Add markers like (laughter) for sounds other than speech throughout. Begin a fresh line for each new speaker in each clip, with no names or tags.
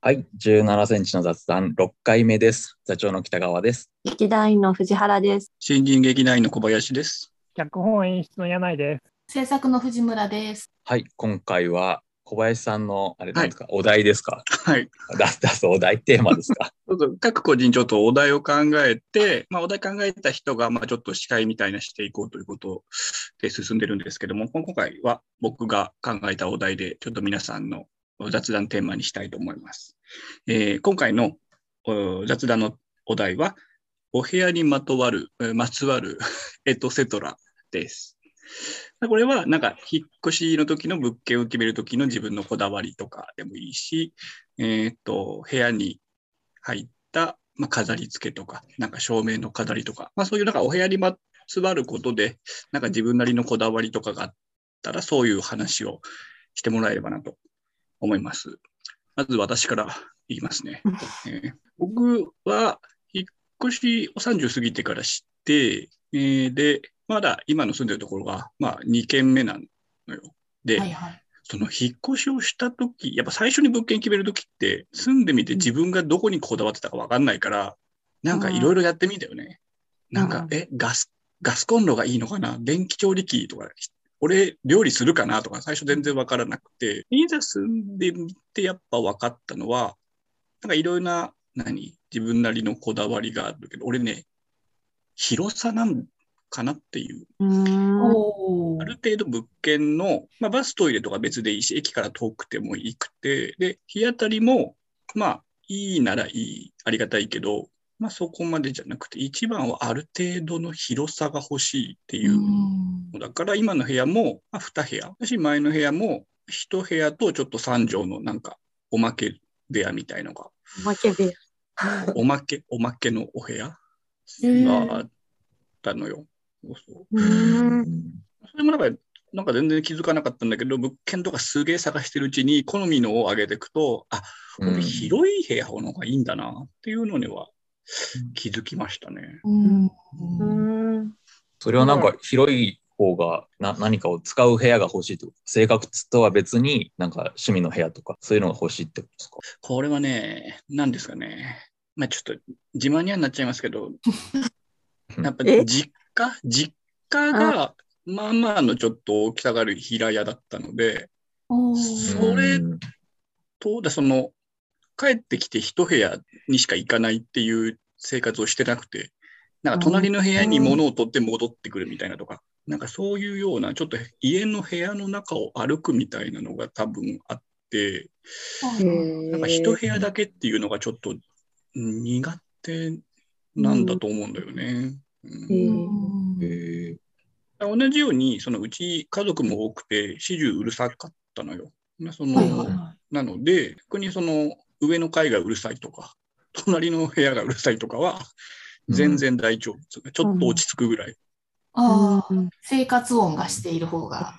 はい、17センチの雑談6回目です。座長の北川です。
劇団員の藤原です。
新人劇団員の小林です。
脚本演出の柳井です。
制作の藤村です。
はい、今回は小林さんの、あれなんですか、お題です
(laughs)
か
はい。
出す出すお題テーマですか
ちょっと各個人ちょっとお題を考えて、まあ、お題考えた人が、まあ、ちょっと司会みたいなしていこうということで進んでるんですけども、今回は僕が考えたお題で、ちょっと皆さんの雑談テーマにしたいと思います。えー今回のお雑談のお題は、お部屋にまとわる、えーまつわる、 (laughs) エトセトラです。これはなんか引っ越しの時の物件を決める時の自分のこだわりとかでもいいし、えーっと部屋に入った、まあ、飾り付けとか、なんか照明の飾りとか、まあ、そういうなんかお部屋にまつわることで、なんか自分なりのこだわりとかがあったら、そういう話をしてもらえればなと思います。まず私から言います
(laughs)
ね。えー僕は引っ越しを30過ぎてからして、えーで、まだ今の住んでるところが、まあ、2軒目なのよ。で、
はいはい。
その引っ越しをしたとき、やっぱ最初に物件決めるときって、住んでみて自分がどこにこだわってたか分かんないから、なんかいろいろやってみたよね。なんか
う、ん
え、ガス、ガスコンロがいいのかな電気調理器とか、俺料理するかなとか最初全然分からなくて、いざ住んでみてやっぱ分かったのは、なんかいろいろな、何自分なりのこだわりがあるけど、俺ね、広さなんかなっていう
うん。
お
ある程度物件の、まあ、バストイレとか別でいいし、駅から遠くてもいいくて、で、日当たりも、まあ、いいならいい、ありがたいけど、まあ、そこまでじゃなくて、一番はある程度の広さが欲しいっていう。だから、今の部屋も、まあ、2部屋、だし前の部屋も、1部屋とちょっと3畳のなんか、おまけ部屋みたいのが、
負け部屋。
おまけ、おまけのお部屋
えー
があったのよ。そうそう
(laughs) うん。
それもなんか、なんか全然気づかなかったんだけど、物件とかすげえ探してるうちに、好みのを上げていくと、あ、
うん
俺広い部屋の方がいいんだなっていうのには気づきましたね。
うん
うん。
それはなんか広い方がな何かを使う部屋が欲しいってこと性格とは別になんか趣味の部屋とかそういうのが欲しいってことですか、
これはね、何ですかね。まあちょっと自慢にはなっちゃいますけどやっぱ
え
実家、実家がまあまあのちょっと大きさがある平屋だったので、
おー
それ
うん
とだその帰ってきて一部屋にしか行かないっていう生活をしてなくてなんか隣の部屋に物を取って戻ってくるみたいなとか、なんかそういうようなちょっと家の部屋の中を歩くみたいなのが多分あってなんか一部屋だけっていうのがちょっと苦手なんだと思うんだよね。うん
へ
うん
へー
同じようにそのうち家族も多くて始終うるさかったのよ。まあその
はいはいは
なので、逆にその上の階がうるさいとか、隣の部屋がうるさいとかは、全然大丈夫です、ちょっと落ち着くぐらい。
あー生活音がしている方が。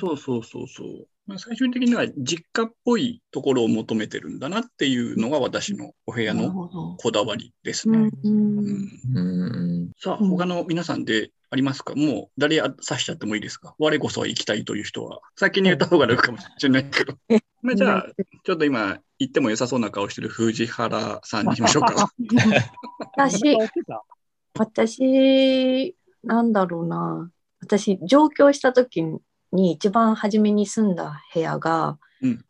そうそうそうそう。まあ最終的には実家っぽいところを求めてるんだなっていうのが私のお部屋
なる
の
ほど。
こだわりです
う
ね
ん。う。
うんん
うんうん
さあ、
うん
他の皆さんでありますかもう誰や指しちゃってもいいですか我こそは行きたいという人は、先に言った方が楽かもしれないけ (laughs) ど
え。
まあじゃあ、ちょっと今、行っても良さそうな顔してる藤原さんにしましょうか。 (laughs)
私、
お腹起きた
私、なんだろうな。私、上京した時に一番初めに住んだ部屋が、
うん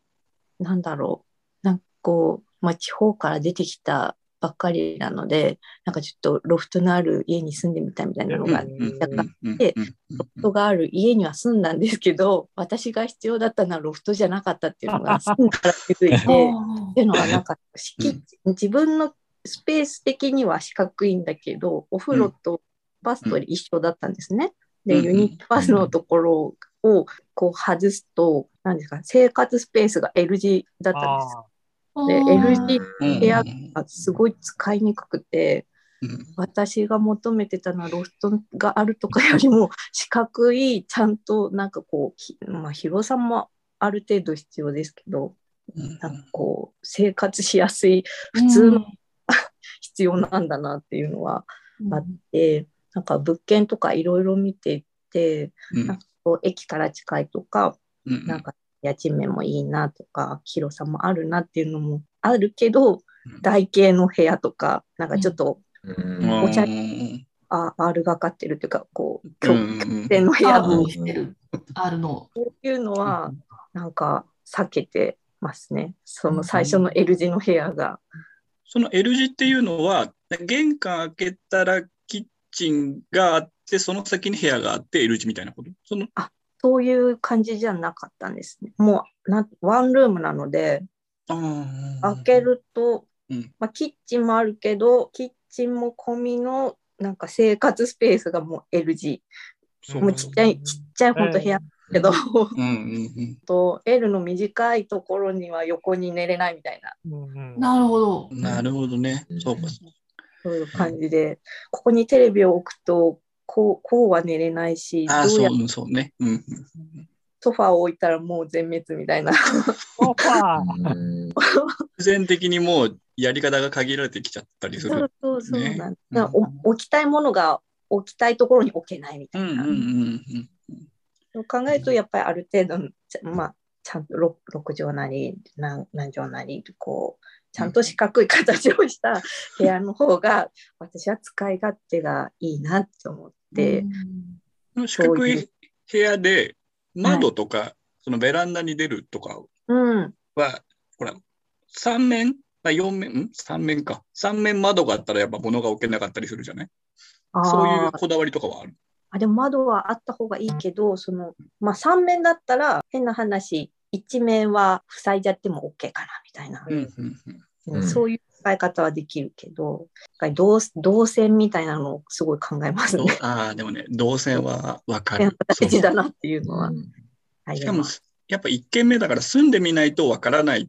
なんだろう。なんかこう、まあ、地方から出てきたばっかりなので、なんかちょっとロフトのある家に住んでみたみたいなのが
うん
だから
うん
で
うんうん
ロフトがある家には住んだんですけど、私が必要だったのはロフトじゃなかったっていうの
(laughs)
が、住んだら気づいて、っ
あー
ていうのはなんか、敷
うん
地自分のスペース的には四角いんだけど、お風呂とバストで一緒だったんですね。で、
うん
ユニットバスのところをこう外すと、なんですか、生活スペースが L 字だったんです。
あ
で、L 字
うん
部屋
うん
がすごい使いにくくて、
うん
私が求めてたのはロフトがあるとかよりも四角いちゃんとなんかこうひ、まあ、広さもある程度必要ですけど
うん
なんかこう生活しやすい普通の必要なんだなっていうのは
うん
あってなんか物件とかいろいろ見ていって
うん
なんかこう駅から近いとか
うん
なんか家賃面もいいなとか広さもあるなっていうのもあるけど、台形の部屋とか、なんかちょっと、
うん
お茶
うん
あ R がかってるというか、こう、
う
曲
んうん
線の部屋
アー
も
ブにしてる。アールの。
こういうのは、なんか避けてますね。その最初の L 字の部屋が。
その L 字っていうのは、玄関開けたらキッチンがあって、その先に部屋があって、L 字みたいなこと。その
そういう感じじゃなかったんですね。もうなワンルームなので、
あ
開け。ると、
うん
まあ、キッチンもあるけど、キッチンも込みのなんか生活スペースがもう L 字。
そう
もうちっちゃい、ちっちゃい本当部屋だけど、
うんうん
(laughs) と L の短いところには横に寝れないみたいな、
うんうん
なるほど
う。ん。なるほどね。そうか。
そういう感じで、ここにテレビを置くと、こうこうは寝れないし、
ああ、
どう
そ
や
ううんそうね。うん。
ソファーを置いたらもう全滅みたいな。
ソファー
うん
必然的にもうやり方が限られてきちゃったりす
そう
る。
そうそう
ね
なんだからお置きたいものが置きたいところに置けないみた
うん
い
うん
な。
うん
そう考えるとやっぱりある程度のちゃまあちゃんと 6, 畳なり何何畳なりこうちゃんと四角い形をした部屋の方が私は使い勝手がいいなと思って、
うん
うん。四角い部屋で窓とか、そのベランダに出るとか
うん、
は、ほら、3面、まあ、4面、ん ?3 面か。3面窓があったらやっぱ物が置けなかったりするじゃない
あ
そういう
ー
こだわりとかはある。
あでも窓はあった方がいいけどその、まあ、3面だったら変な話1面は塞いじゃっても OK かなみたいな、
うんうんうん
うん
そういう使い方はできるけどやっぱり動動線みたいなのをすごい考えます
どう (laughs)
ね。
ああ、でもね、動線はわか
やっ
る。
ぱ大事だなっていうのは。
う
あ
そう
り
し
ま
か
す
も、やっぱ一軒目だから住んでみないとわからない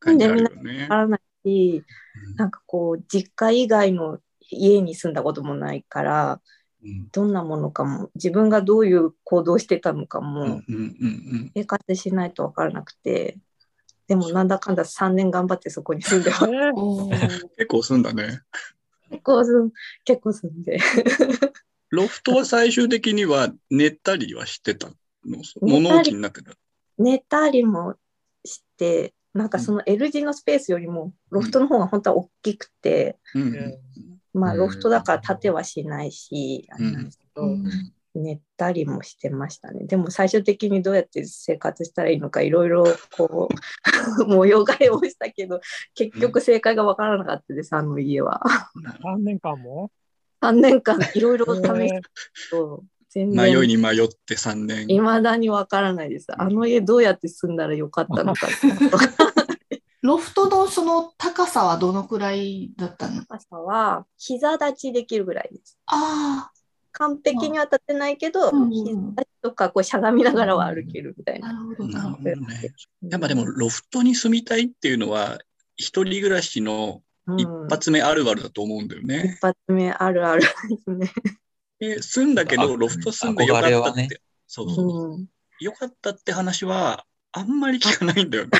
感じあるよね
わか。らないし
うん、
なんかこう、実家以外の家に住んだこともないから、
うん
どんなものかも、自分がどういう行動してたのか
うんう
も
ん、うん
生活しないと分からなくて、でもなんだかんだ3年頑張ってそこに住んでます。
ね
おー
結構住んだね。
結構住ん、結構住んで。
ロフトは最終的には寝たりはしてたの。
り
物置になってた。
寝たりもして、なんかその L 字のスペースよりも、ロフトの方が本当は大きくて、
うんうん
ね
まあロフトだから縦はしないし、あれなんですけど、
うん
ん
寝たりもしてましたね。でも最終的にどうやって生活したらいいのかいろいろこう (laughs) 模様替えをしたけど結局正解が分からなかったです、あの家は。
3年間も
3年間いろいろ試した
ね
けど全
迷い
然
に迷って3年。
いまだに分からないです。あの家どうやって住んだらよかったのかっていうのが
ロフトのその高さはどのくらいだったの
朝は膝立ちできるぐらいです。
あ
完璧には立てないけど、
うん
膝立ちとかこうしゃがみながらは歩けるみたい
あ、な
な。
るほど。
なるほどね。
うん
やっぱでも、ロフトに住みたいっていうのは、一人暮らしの
うん
一発目あるあるだと思うんだよね
一。発目あるあるですね。
で住んだけど、ロフト住んでよかった
憧
っ
れはね
て。そうそう。
うん
よかったって話は、あんまり聞かないんだよね。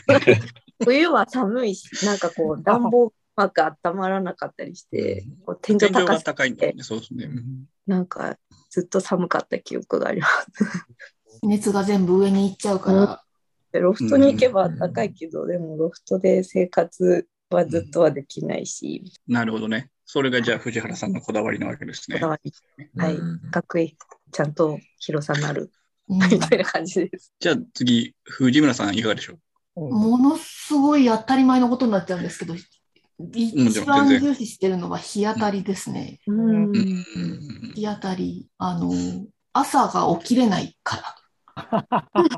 冬は寒いし、なんかこう、暖房うまく温まらなかったりして、こう天井
天井
高
が
さ、
高いんだよね。そうですね。うん
なんかずっと寒かった記憶があります。
熱が全部上に行っちゃうから。
ロフトに行けば暖かいけど、でもロフトで生活はずっとはできないし、
なるほどね。それがじゃあ、藤原さんのこだわりなわけです
こ
ね
だ。わり、 (laughs) はい学位、ちゃんと広さなる、
うん
みたいな感じです。
じゃあ次、藤村さんいかがでしょう
うん
(laughs) ものすごい当たり前のことになっちゃうんですけど、一番
全然
重視してるのは日当たりですね。
うん
うん
日当たり、あの、朝が起きれないから。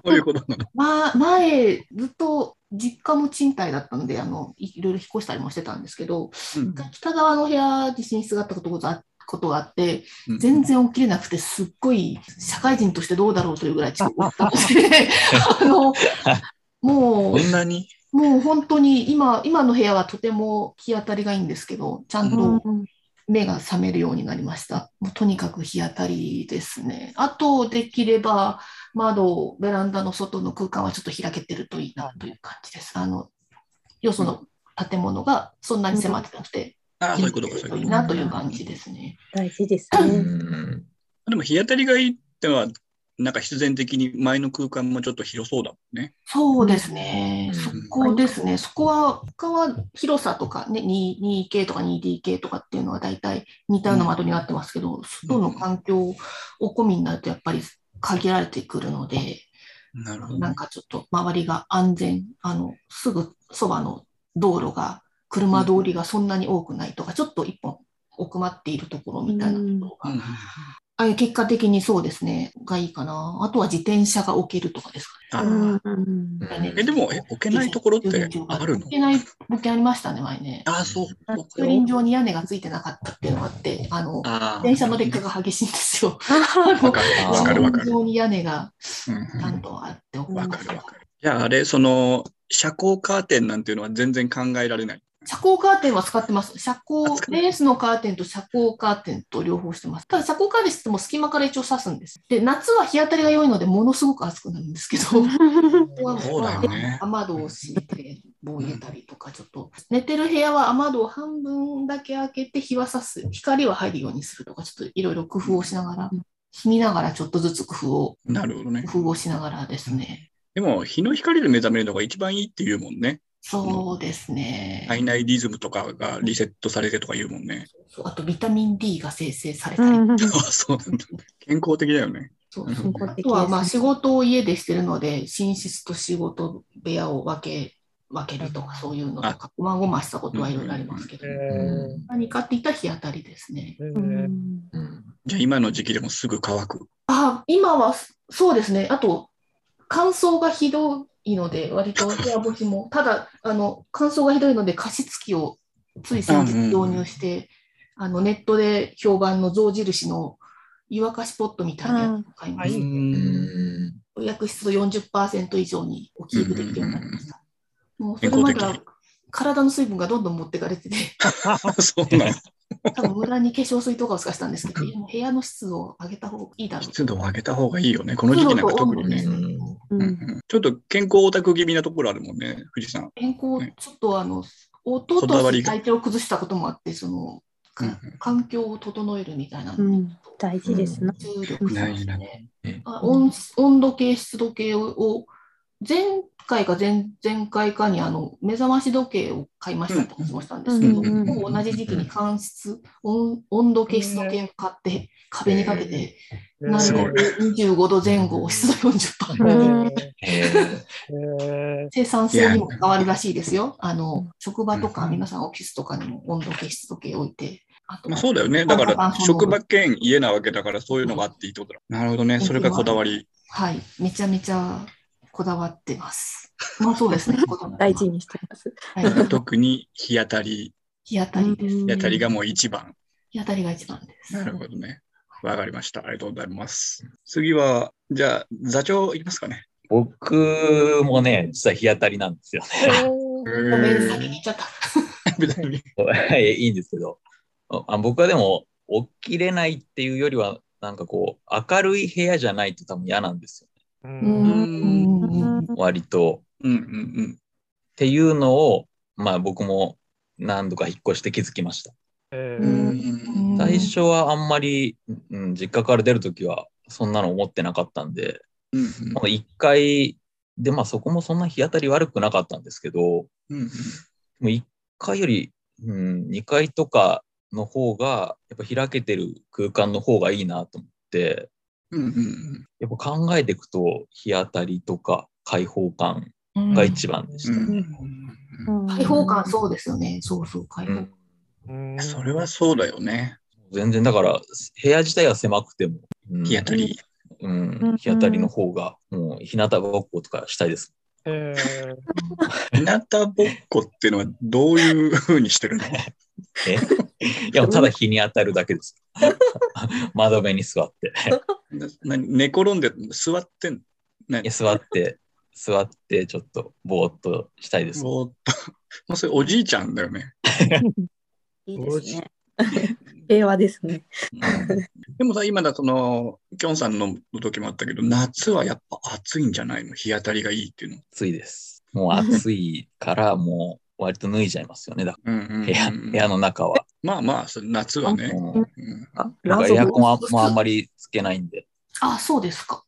そういうことなの。
まあ、前、ずっと実家も賃貸だったんで、あの、いいろいろ引っ越したりもしてたんですけど、
うん
北側の部屋に寝室があったことがあことがあって、
うん
全然起きれなくて、すっごい社会人としてどうだろうというぐらい遅刻したの
(laughs)
で、あの、も
こ、
う
んなに。
もう本当に今、今の部屋はとても日当たりがいいんですけど、ちゃんと目が覚めるようになりました。もうとにかく日当たりですね。あと、できれば窓、ベランダの外の空間はちょっと開けてるといいなという感じです。あの、よその建物がそんなに迫ってなくて、
ああ、そういう
開
こと
け
か、
て
そうい
る
うこと
といい
か。
なという感じですね。
大事です
う
ね。
ん
でも日当たりがいいってのはなんか必然的に前の空間もちょっと広そうだもんね。
そうですね。
うん
そこですね。そこは、他は広さとかね、2- 2K とか 2DK とかっていうのは大体似たような窓になってますけど、外の環境を込みになるとやっぱり限られてくるので、
なるほど
なんかちょっと周りが安全、あの、すぐそばの道路が、車通りがそんなに多くないとか、ちょっと一本奥まっているところみたいなところが、
うん
あ結果的にそうですね、がいいかな。あとは自転車が置けるとかですかね。
あ
うん
えでもえ置けないところってあるの
置けない物件ありましたね、前ね。
ああ、そう。そう
駐輪場に屋根がついてなかったっていうのがあって、あの、
ああ。
電車の劣化が激しいんです
(laughs)
よ。
わかる
あー
わかるわか
駐
る。
輪場に屋根が
うん
ちゃんとあって置
うん
けな
わか
かっ
るわ
た
かる。いや、あれ、その、遮光カーテンなんていうのは全然考えられない。
遮光カーテンは使ってます。遮光
あ使、う
レースのカーテンと遮光カーテンと両方してます。ただ遮光カーテンしても隙間から一応刺すんです。で、夏は日当たりが良いので、ものすごく暑くなるんですけど、ここは
そうだよね
まあ雨戸を敷いて棒を入れたりとか、ちょっと、寝てる部屋は雨戸を半分だけ開けて日は差す、光は入るようにするとか、ちょっといろいろ工夫をしながら、日見ながらちょっとずつ工夫を、
なるほどね。
工夫をしながらですね。
でも、日の光で目覚めるのが一番いいって言うもんね。
そうですね。
体内リズムとかがリセットされてとか言うもんね。
そうあと、ビタミン D が生成されたりとか
うん
あ (laughs) そうなんだ。健康的だよね。
そう
うん
そう
健康
あ
的
とはまあ
です
仕
ね
事を家でしてるので、寝室と仕事部屋を分け分けるとか、そういうのとか、こまごましたことはいろいろありますけど、
え
何かって言ったら日当たりですね。
ー
う
えー
ん
うん
じゃあ、今の時期でもすぐ乾く。
あ今はそうですね、あと乾燥がひどいので、割と部屋干しも、ただあの乾燥がひどいので、加湿器をつい先日導入して、あのネットで評判の象印の湯沸かしポットみたいなやつを買いま
あい
し
い
た
ね。
うん
予約湿度40%以上におキープできるようになりました。もうそ
健
れ
康
ま
的
では体の水分がどんどん持ってかれてて、
そうなの。
多分無駄に化粧水とかを使したんですけど、部屋の湿度を上げた方がいいだろう
湿度を上げた方がいいよね。この時期なんか特にね。
うん
う
うん
ん
うんちょっと健康オタク気味なところあるもんね、富士山。
健康
ね、
ちょっとあの、音
こだわ
と
りが
体調を崩したこともあって、その、か
うんうん
環境を整えるみたいな、
うん大事ですな。
注力しましたね。
ね
あ温温度計、湿度計を、前回か前々回かにあの目覚まし時計を買いましたって話もしたんですけど、
うんうん
もう同じ時期に間湿、温温度計、湿度計を買って、壁にかけて、
えー
な
すごい
ので25度前後を湿度
え
40%。
ー
へー
えー
生産性にも変わるらしいですよ。あの、職場と
う
か
ん
皆さんオフィスとかにも温度計、湿度計置いて、あと
まあ、そうだよね。だか
あ
ら、
そう
職場兼家なわけだから、そういうのがあっていいってことだ。なるほどね。それがこだわり。
はい、めちゃめちゃこだわってます。まあそうですね、こだわってます
大事にしてます。
はい
特に日当たり、
日当たりです。
うん
日当たりがもう一番。
日当たりが一番です。
なるほどね。わかりました。ありがとうございます。次は、じゃあ、座長いきますかね。
僕もね、実は日当たりなんですよね。 (laughs)
ごめん、先
(laughs)
に言っちゃった。
いやいいんですけど。あ僕はでも、起きれないっていうよりは、なんかこう、明るい部屋じゃないと多分嫌なんですよ、
う
うんん。
ね。割と。
うんうん
っていうのを、まあ僕も何度か引っ越して気づきました。
え
うん。う
ー
ん
うん
最初はあんまり、うん、実家から出るときはそんなの思ってなかったんで、
うん
まあ一回で、まあそこもそんな日当たり悪くなかったんですけど、
うん
もう1階より、うん、2階とかの方が、やっぱ開けてる空間の方がいいなと思って、
うんうん
やっぱ考えていくと、日当たりとか開放感
うん
が一番でし
う
た。
ん
開放感、そうですよね。そうそう、開
う
放
ん。
うん
それはそうだよね。
全然だから、部屋自体が狭くても、うん
日当たり。
うん、日当たりの方が、もう日向ぼっことかしたいです。
えー
日向ぼっこっていうのはどういうふうにしてるの (laughs)
えいや、ただ日に当たるだけです。窓辺に座って。
なな寝転んで座ってんない
や座って、座って、ちょっとぼーっとしたいです。
ぼーっと。 (laughs) もうそれおじいちゃんだ
(laughs)
よね。
いいですね。平和ですね。
でもさ、今だその、きょんさんの時もあったけど、夏はやっぱ暑いんじゃないの日当たりがいいっていうの。
暑いです。もう暑い
(laughs)
から、もう割と脱いじゃいますよね。だか
うんうんう
ら
ん
部屋部屋の中は。
まあまあ、そ夏はね。
うん
うん
なんかエアコンはもうあんまりつけないんで。
あ、そうですか。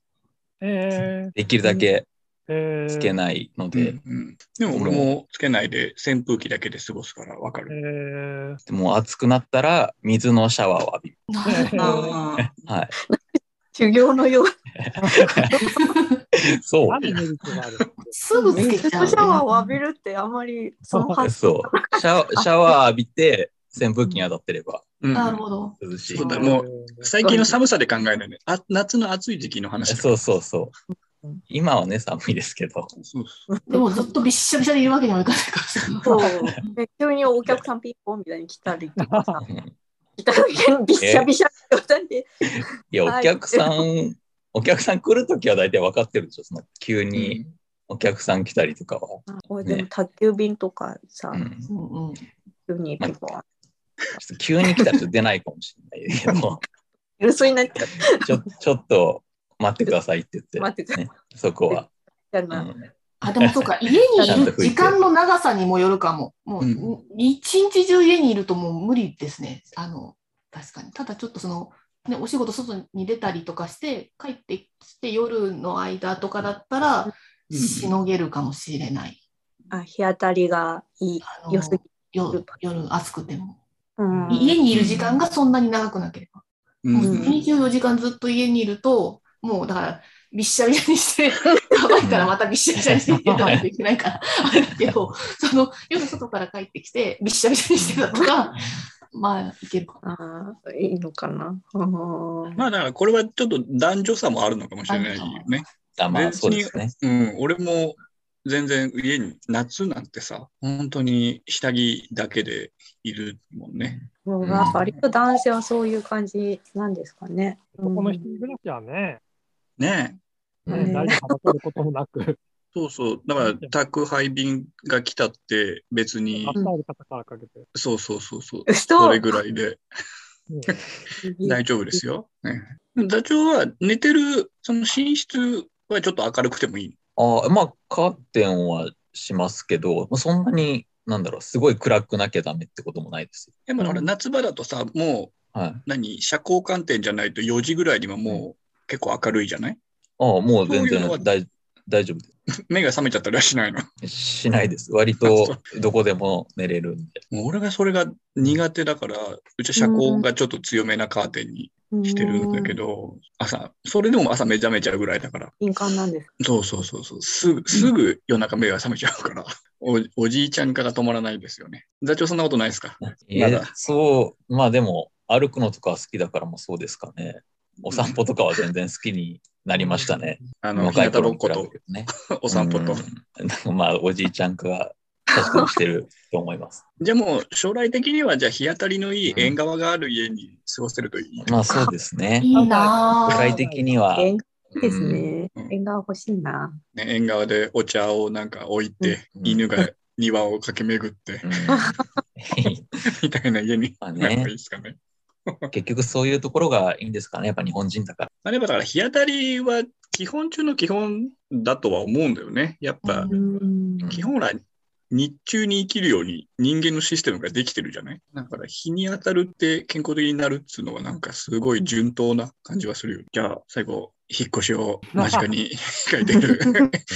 え
できるだけ
ー、えー、
つけないので、
うんでも俺もつけないで扇風機だけで過ごすからわか
え
る。
ー、
でもう暑くなったら水のシャワーを浴びる。
なるほど。
あ
はい。
修行のよう
そう。
何メリットがある
すぐつ
に
け
シ
ちゃう。
ャワーを浴びるってあんまりその発想
そう。シャワーシャワー浴びて扇風機に当たってれば
ーうん
なるほど。
涼しい。
そうだ
う
(laughs) も最近の寒さで考えないね。あ夏の暑い時期の話だか
そ
ら
うそうそう。今はね、寒いですけど。
そう
でもずっとびっしゃびしゃでいるわけにもいかないか
そ
ら
う
さ。
で急にお客さんピンポンみたいに来たりとか (laughs) さ
うん
来た時 (laughs) にびっしゃびしゃって状態で
いや、
はい
お客さん、お客さん来るときは大体分かってるでしょ。その急にお客さん来たりとかは。
これでも宅急便とかさ
うん、ちょ
うんうん
急に結構
っと急に来たらちょっと出ないかもしれないけど、
留守になっちゃう
ちょちょっと待ってくださいって言
待
っ
ってた
ねて、そこは。
みたいうなん
あ、でもそうか、家にいる時間の長さにもよるかも。も
う
う、一日中家にいるともう無理ですね。あの、確かに。ただちょっとその、ね、お仕事外に出たりとかして、帰ってきて夜の間とかだったら、
うん
しのげるかもしれない。
あ日当たりがいい
あ
良すぎ
の夜、夜暑くても。
うん
家にいる時間がそんなに長くなければ。
うん
もう24時間ずっと家にいると、もうだから、びっしゃびしゃにして、乾いたらまたびっしゃびしゃにして行かないといけないから、あれだけど、その夜外から帰ってきて、びっしゃびしゃにしてたとか、まあ、いけるか
あーいいのかなうん
まあだからこれはちょっと男女差もあるのかもしれないよね。
あまあ、
別
そう
に
ですね。
うん、俺も全然家に夏なんてさ、本当に下着だけでいるもんね。
もう割と男性はそういう感じなんですかね。うん
この一人暮らしはね、
ねえ。
う
ね
ん
誰に話せることもなく、
そうそう。だから宅配便が来たって別に
明、日ある方からかけて。
そうそうそうそう。
嘘
それぐらいで
うん
大丈夫ですよ。ね、ダチョウは寝てる、その寝室はちょっと明るくてもいい。
あまあ、カーテンはしますけど、まあそんなに、なんだろう、すごい暗くなきゃダメってこともないです。
でもほら
うん
夏場だとさ、もう
はい。
何、遮光寒天じゃないと4時ぐらいにはもう結構明るいじゃない
ああ、もう全
そういうのは
然大大丈夫で
目が覚めちゃったりはしないの。 (laughs)
す。しないです。割
あ
とどこでも寝れるんで。
もう俺がそれが苦手だから、うちは遮光がちょっと強めなカーテンにしてるんだけど、朝、それでも朝目覚めちゃうぐらいだから。
うん敏感なんです。
そうそうそうそう。すぐ、すぐ夜中目が覚めちゃうから、おおじいちゃん化が止まらないですよね。座長そんなことないですか
え
(laughs) まだ
そう、まあでも、歩くのとか好きだからもそうですかね。お散歩とかは全然好きになりましたね。
あの、日
若い
向ぼ
頃に
っこ
比べる
と、
とね。
お散歩と。
うん。なんか (laughs) まあ、おじいちゃんが確かにしてると思います。
じゃあもう将来的には、じゃあ日当たりのいい縁側がある家に過ごせるといい。
まあそうです
な。
ね。
いいな
具
ぁ
体的には。
縁起です
うん
ね
うん。
縁が欲しいな。
ね、縁側でお茶をなんか置いて、
うん
犬が庭を駆け巡って、
うん
みたいな家に
まあ
なればいい
ね、
ですかね。
(laughs) 結局そういうところがいいんですかね、やっぱ日本人だから。
まあればだから日当たりは基本中の基本だとは思うんだよね。やっぱ、
う
うん
うん
基本ら日中に生きるように人間のシステムができてるじゃないだから日に当たるって健康的になるっつうのはなんかすごい順当な感じはするよ。じゃあ最後、引っ越しを間近に控えている (laughs)
そうなんです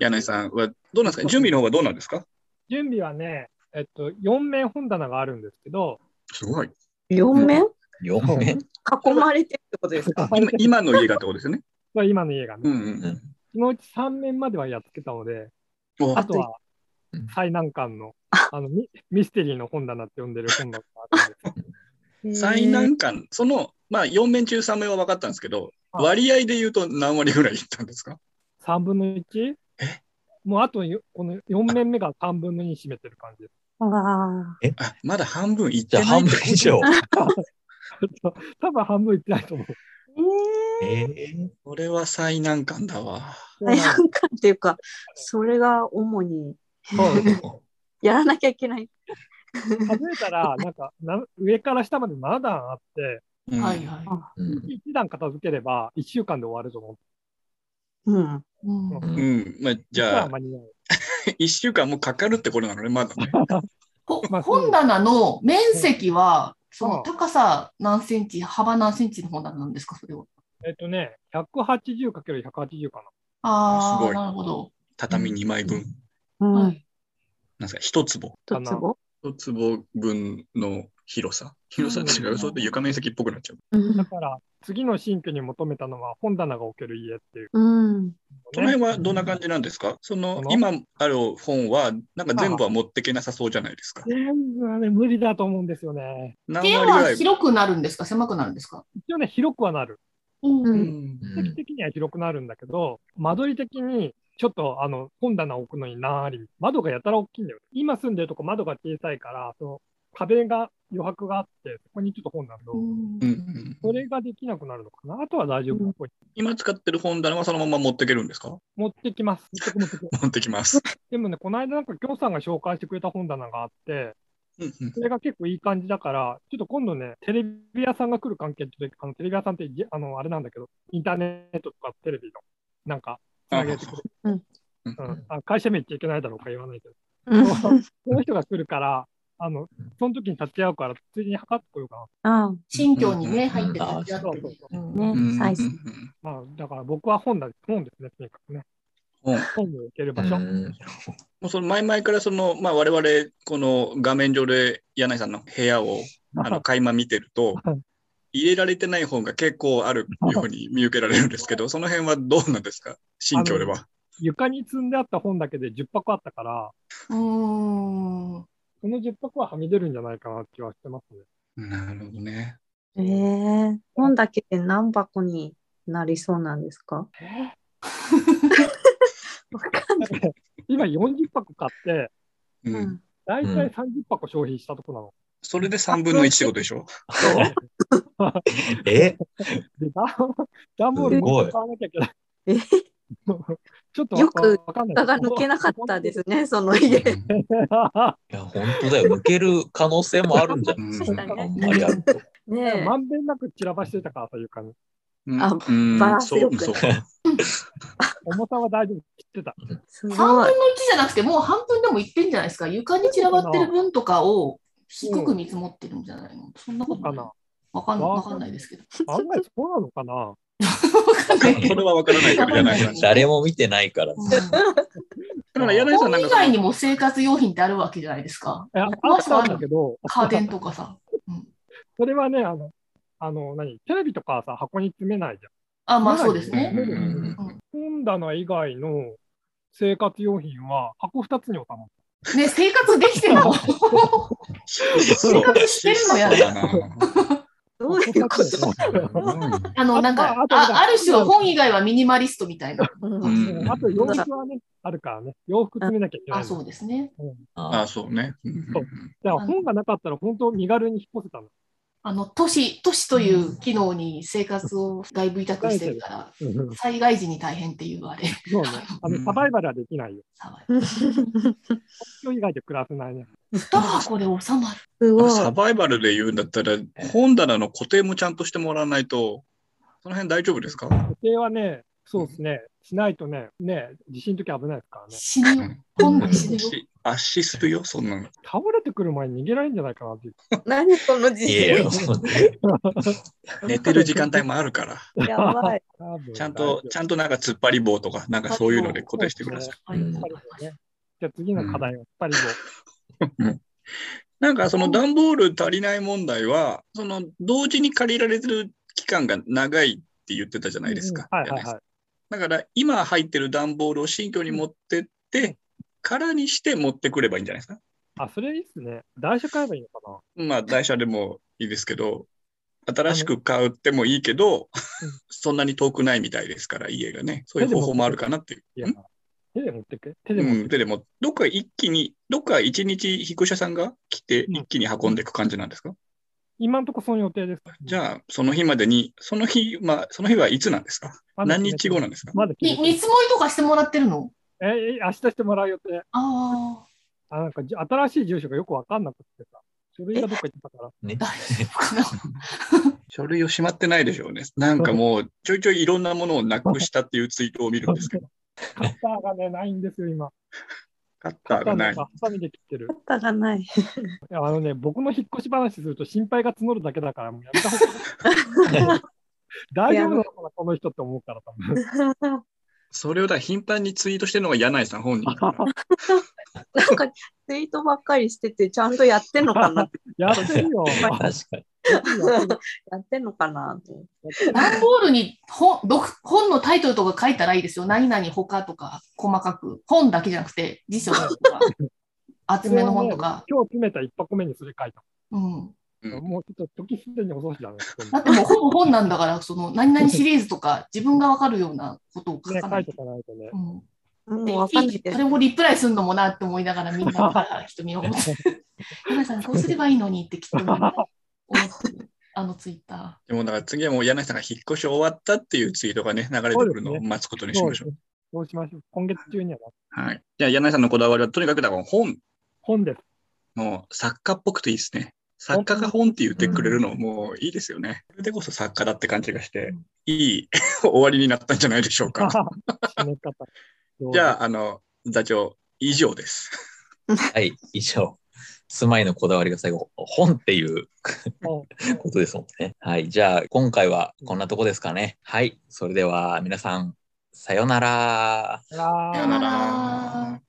柳井さんはどうなんですか準備の方はどうなんですか
準備はね、えっと、4面本棚があるんですけど、
すごい。
両面
4名
囲まれてるってことですか
あ今今の家がってことですよね。
まあ今の家が
う
ね、
んうん
うん
そのうち3面まではやっつけたので、
お
あとは
うん
最難関のあのミミステリーの本棚って呼んでる本棚があ
(laughs)
るんです。
最難関、その、まあ、4面中3面は分かったんですけど、
はい
割合で言うと何割ぐらいいったんですか
3分の 1?
え
もうあとよこの4面目が3分の2占めてる感じです。 (laughs)
あ
あまだ半分いっ
じ
て
ゃあ
ない
半分以上。
多分半分いってないと思う。
ーえ
えー
これは最難関だわ。
ー最難関っていうか、それが主にやらなきゃいけない。
数えたら、なんかな上から下まで7段あって、
うん
はいはい。
うん
1段片付ければ1週間で終わると思う。
うん。
うん
うん
うん。まあ、じゃあ
実は、間に合う
1週間もかかるってことなのね、まだね。
ほ
まあそう
本棚の面積は、そ
うん
の高さ何センチ、幅何センチの本棚なんですか、それは。
えっとね、 180×180 か
あ
すご
あ、
い
なるほど。
畳2枚分、
う
は
ん。
い。
なんですか、1坪。
とつぼ。
1坪分の広さ。広さっていう
う
か、
ん
そうって床面積っぽくなっちゃう。
う
な。だ
ん
から、次の新居に求めたのは本棚が置ける家っていう
うん。
こ
の
の
ね、
辺はどんな感じなんですかその
この
今ある本は、なんか全部は持ってけなさそうじゃないですか。
全部はね、無理だと思うんですよね。
何
部屋
割ぐら。
はい広くなるんですか狭くなるんですか
一応ね、広くはなる。
う。
うんん
う
面積
ん
的には広くなるんだけど、間取り的に、ちょっとあの本棚置くのになーり、窓がやたら大きいんだよ。今住んでるとこ窓が小さいから、その壁が余白があって、そこにちょっと本棚を、
うん
うんうん
それができなくなるのかな。あとは大丈夫。
うん
ここに
今使ってる本棚はそのまま持ってけるんですか (laughs)
持ってきます。持ってく持ってく
持ってきます。
でもね、この間なんか、きょうさんが紹介してくれた本棚があって、
うんうん
それが結構いい感じだから、ちょっと今度ね、テレビ屋さんが来る関係で、あのテレビ屋さんってじあの、あれなんだけど、インターネットとかテレビの、なんか、つなげてくれる。
うん
う
うん
ん、あ会社名言っちゃいけないだろうか言わないけど、
うん
その人が来るから、あのその時に立ち会うから、ついに測ってこようか
あ
新居に
うん
ね、入って
あ
立
ー
ち会って
そう
る
そう。
うん
あ。
うんうんう
ね、
ん
サイズ。
な。まあ、だから僕は本だ本ですね、とにかくね。
本
本を置ける場所。
うん
もうその前々からその、まあ、我々この画面上で柳井さんの部屋をあの垣間見てると
はい
入れられてない本が結構あるように見受けられるんですけどその辺はどうなんですか新居では。
床に積んであった本だけで10箱あったから、
うーん。
その10箱ははみ出るんじゃないかなって気はしてますね。
なるほどね。
ええ、本だけで何箱になりそうなんですか。わかんない。
今40箱買って、
うん
うん
だいた
うん
い30箱消費したとこ
(laughs)
なの。
それで3分の1ってことでしょ
え
で、ダン段ボール
すごい
も買わなきゃいけない。
え
(laughs) ちょっと
よく
わかんない
蓋が抜けなかった
(laughs)
ですね、その
う
家。
ん
いや、本当だよ。抜ける可能性もあるんじゃ
う
ない
ん
そうだね
あんまりあると。
ねえ
まんべんなく散らばしてたからさ、床に。
うん
あ
うん
バランス
そ
よ
う
く
そう
重さは大丈夫、切って
(laughs)
た。
す
3分の
ご
1
い。
じゃなくて、もう半分でもいってんじゃないですか。床に散らばってる分とかを低く見積もってるんじゃないのそんなこ
そう
と
か
ない
な。
わかんわかんないですけど。 (laughs)
案外そうなのかな。
わかんないけ
そ
ど。
れは分からないけど柳井 (laughs) さん。
誰も見てないから。
だから柳井さんな
本
んか
以
そ
外
の
にも生活用品ってあるわけじゃないですか。
いや、あったんだけど、
カーテンとかさ。うん
(laughs) それはね、あの、あの、何、テレビとかはさ、箱に詰めないじゃん。
あ、まあそうです
う
ね。
ん
本棚以外の生活用品は箱2つに収まる。
ね、生活できてるの。
そう
生活してるのやだ
そうな
どういうこと。
あの、なんか、
あ
あ
あとなんか
ある種の本以外はミニマリストみたいな。
う
うんん
あと洋服はね、あるからね、洋服詰めなきゃいけない
あ、
の。
そうですね。
あ
あ
そうね。
だから本がなかったら本当身軽に引っ越せたの。
あの、都市、都市という機能に生活を外部委託してるから、災害時に大変っていうあれ。
そうね。あの、サバイバルはできないよ。東京以外で暮らせないね。
2箱で収まる。
すごい。
サバイバルで言うんだったら、本棚の固定もちゃんとしてもらわないと、その辺大丈夫ですか
固定はね、そうですね。しないとね、ね、地震の時危ないですからね。
死ぬよ。本で死ぬよ。
し圧死するよ、そんなの。
倒れてくる前に逃げられるんじゃないかなっ
(laughs)
ていう。
何この
あ。
自
いやい
信。
や、そう
寝てる時間帯もあるから、
やばい。
多分
ちゃんと、ちゃんとなんか突っ張り棒とか、なんかそういうので固定してください。
ありがとうございます
じゃあ次の課題はやっぱりも
なんかその段ボール足りない問題は、その同時に借りられてる期間が長いって言ってたじゃ
う。
ないですか。
はいはいはい。
だから今入ってる段ボールを新居に持ってって、空にして持ってくればいいんじゃないですか。
あ、それいいっすね。台車買えばいいのか
まあ、台車でもいいですけど、新しく買ってもいいけど
うん、
(laughs) そんなに遠くないみたいですから、家がね。そういう方法もあるかなっていう。
な。いや、手で持ってく。手で
う
持って
ん、ででも、どっか一気に、どっか一日、引く者さんが来て、
うん
一気に運んでいく感じなんですか、
今んとこその予定です。
じゃあ、その日までに、その日、まあ、その日はいつなんですか
まだ決
何
め
日
てない
後なんですか
まだ決め
み
て
見積もりとかしてもらってるの
ないええ、明日してもらう予定。
ああ、
あ、なんかじ新しい住所がよくわかんなくてさ。書類がどっか行ってたから。
(laughs) ね。
大丈夫かな。
書類をしまってないでしょうね。なんかもう、ちょいちょいいろんなものをなくしたっていうツイートを見るんですけど、 (laughs)
カッターがね、ないんですよ、今。
カッター
カッター
が
な
なんい。
かハサミで切ってる。
肩がない。
い
(laughs)
や、あのね、僕の引っ越し話すると心配が募るだけだから、もうやめた方がいい。大丈夫なのかな、この人って思うから、多分。
それをだから頻繁にツイートしてるのが柳井さん本人。 (laughs)
なんかツイートばっかりしてて、ちゃんとやってんのかなって。
やってるよ。
確かに。
(laughs) やってんのかなと思って。
段ボールに本読本のタイトルとか書いたらいいですよ。何々他とか細かく。本だけじゃなくて辞書とか、厚めの本とか。
今日詰めた1箱目にそれ書いた。
うん、
うん
もうちょっと時すでに遅し
(laughs)
だね。
だってもうほぼ本なんだから、その何々シリーズとか自分がわかるようなことを書
ね、
か
書
ないい
と
と。
かないとね
(laughs)
う。ん
もう
で
分かんないけ
そ
ど
れもリプライするのもなって思いながらみんなハラハラ人見守って (laughs) る。皆さんこうすればいいのにってきっとみんな思ってるあのツイッタ
でもだから次はもう柳井さんが引っ越し終わったっていうツイートがね、流れてくるのを待つことにし
そう
ま
で
し
す
ょう。
ねそうしましょう。今月中にはな
はい。じゃあ柳井さんのこだわりはとにかくだから本、
本です。
もう作家っぽくていいですね。作家が本って言ってくれるのもういいですよね。それでこそ作家だって感じがして、いい (laughs) 終わりになったんじゃないでしょうか。
(laughs) 締め方。
じゃあ、あの、座長、以上です。
はい、以上。住まいのこだわりが最後、本っていう
本、
ことですもんね。はい、じゃあ今回はこんなとこですかね。はい、それでは皆さん、さようなら。
あ
ー。
ー
さよなら。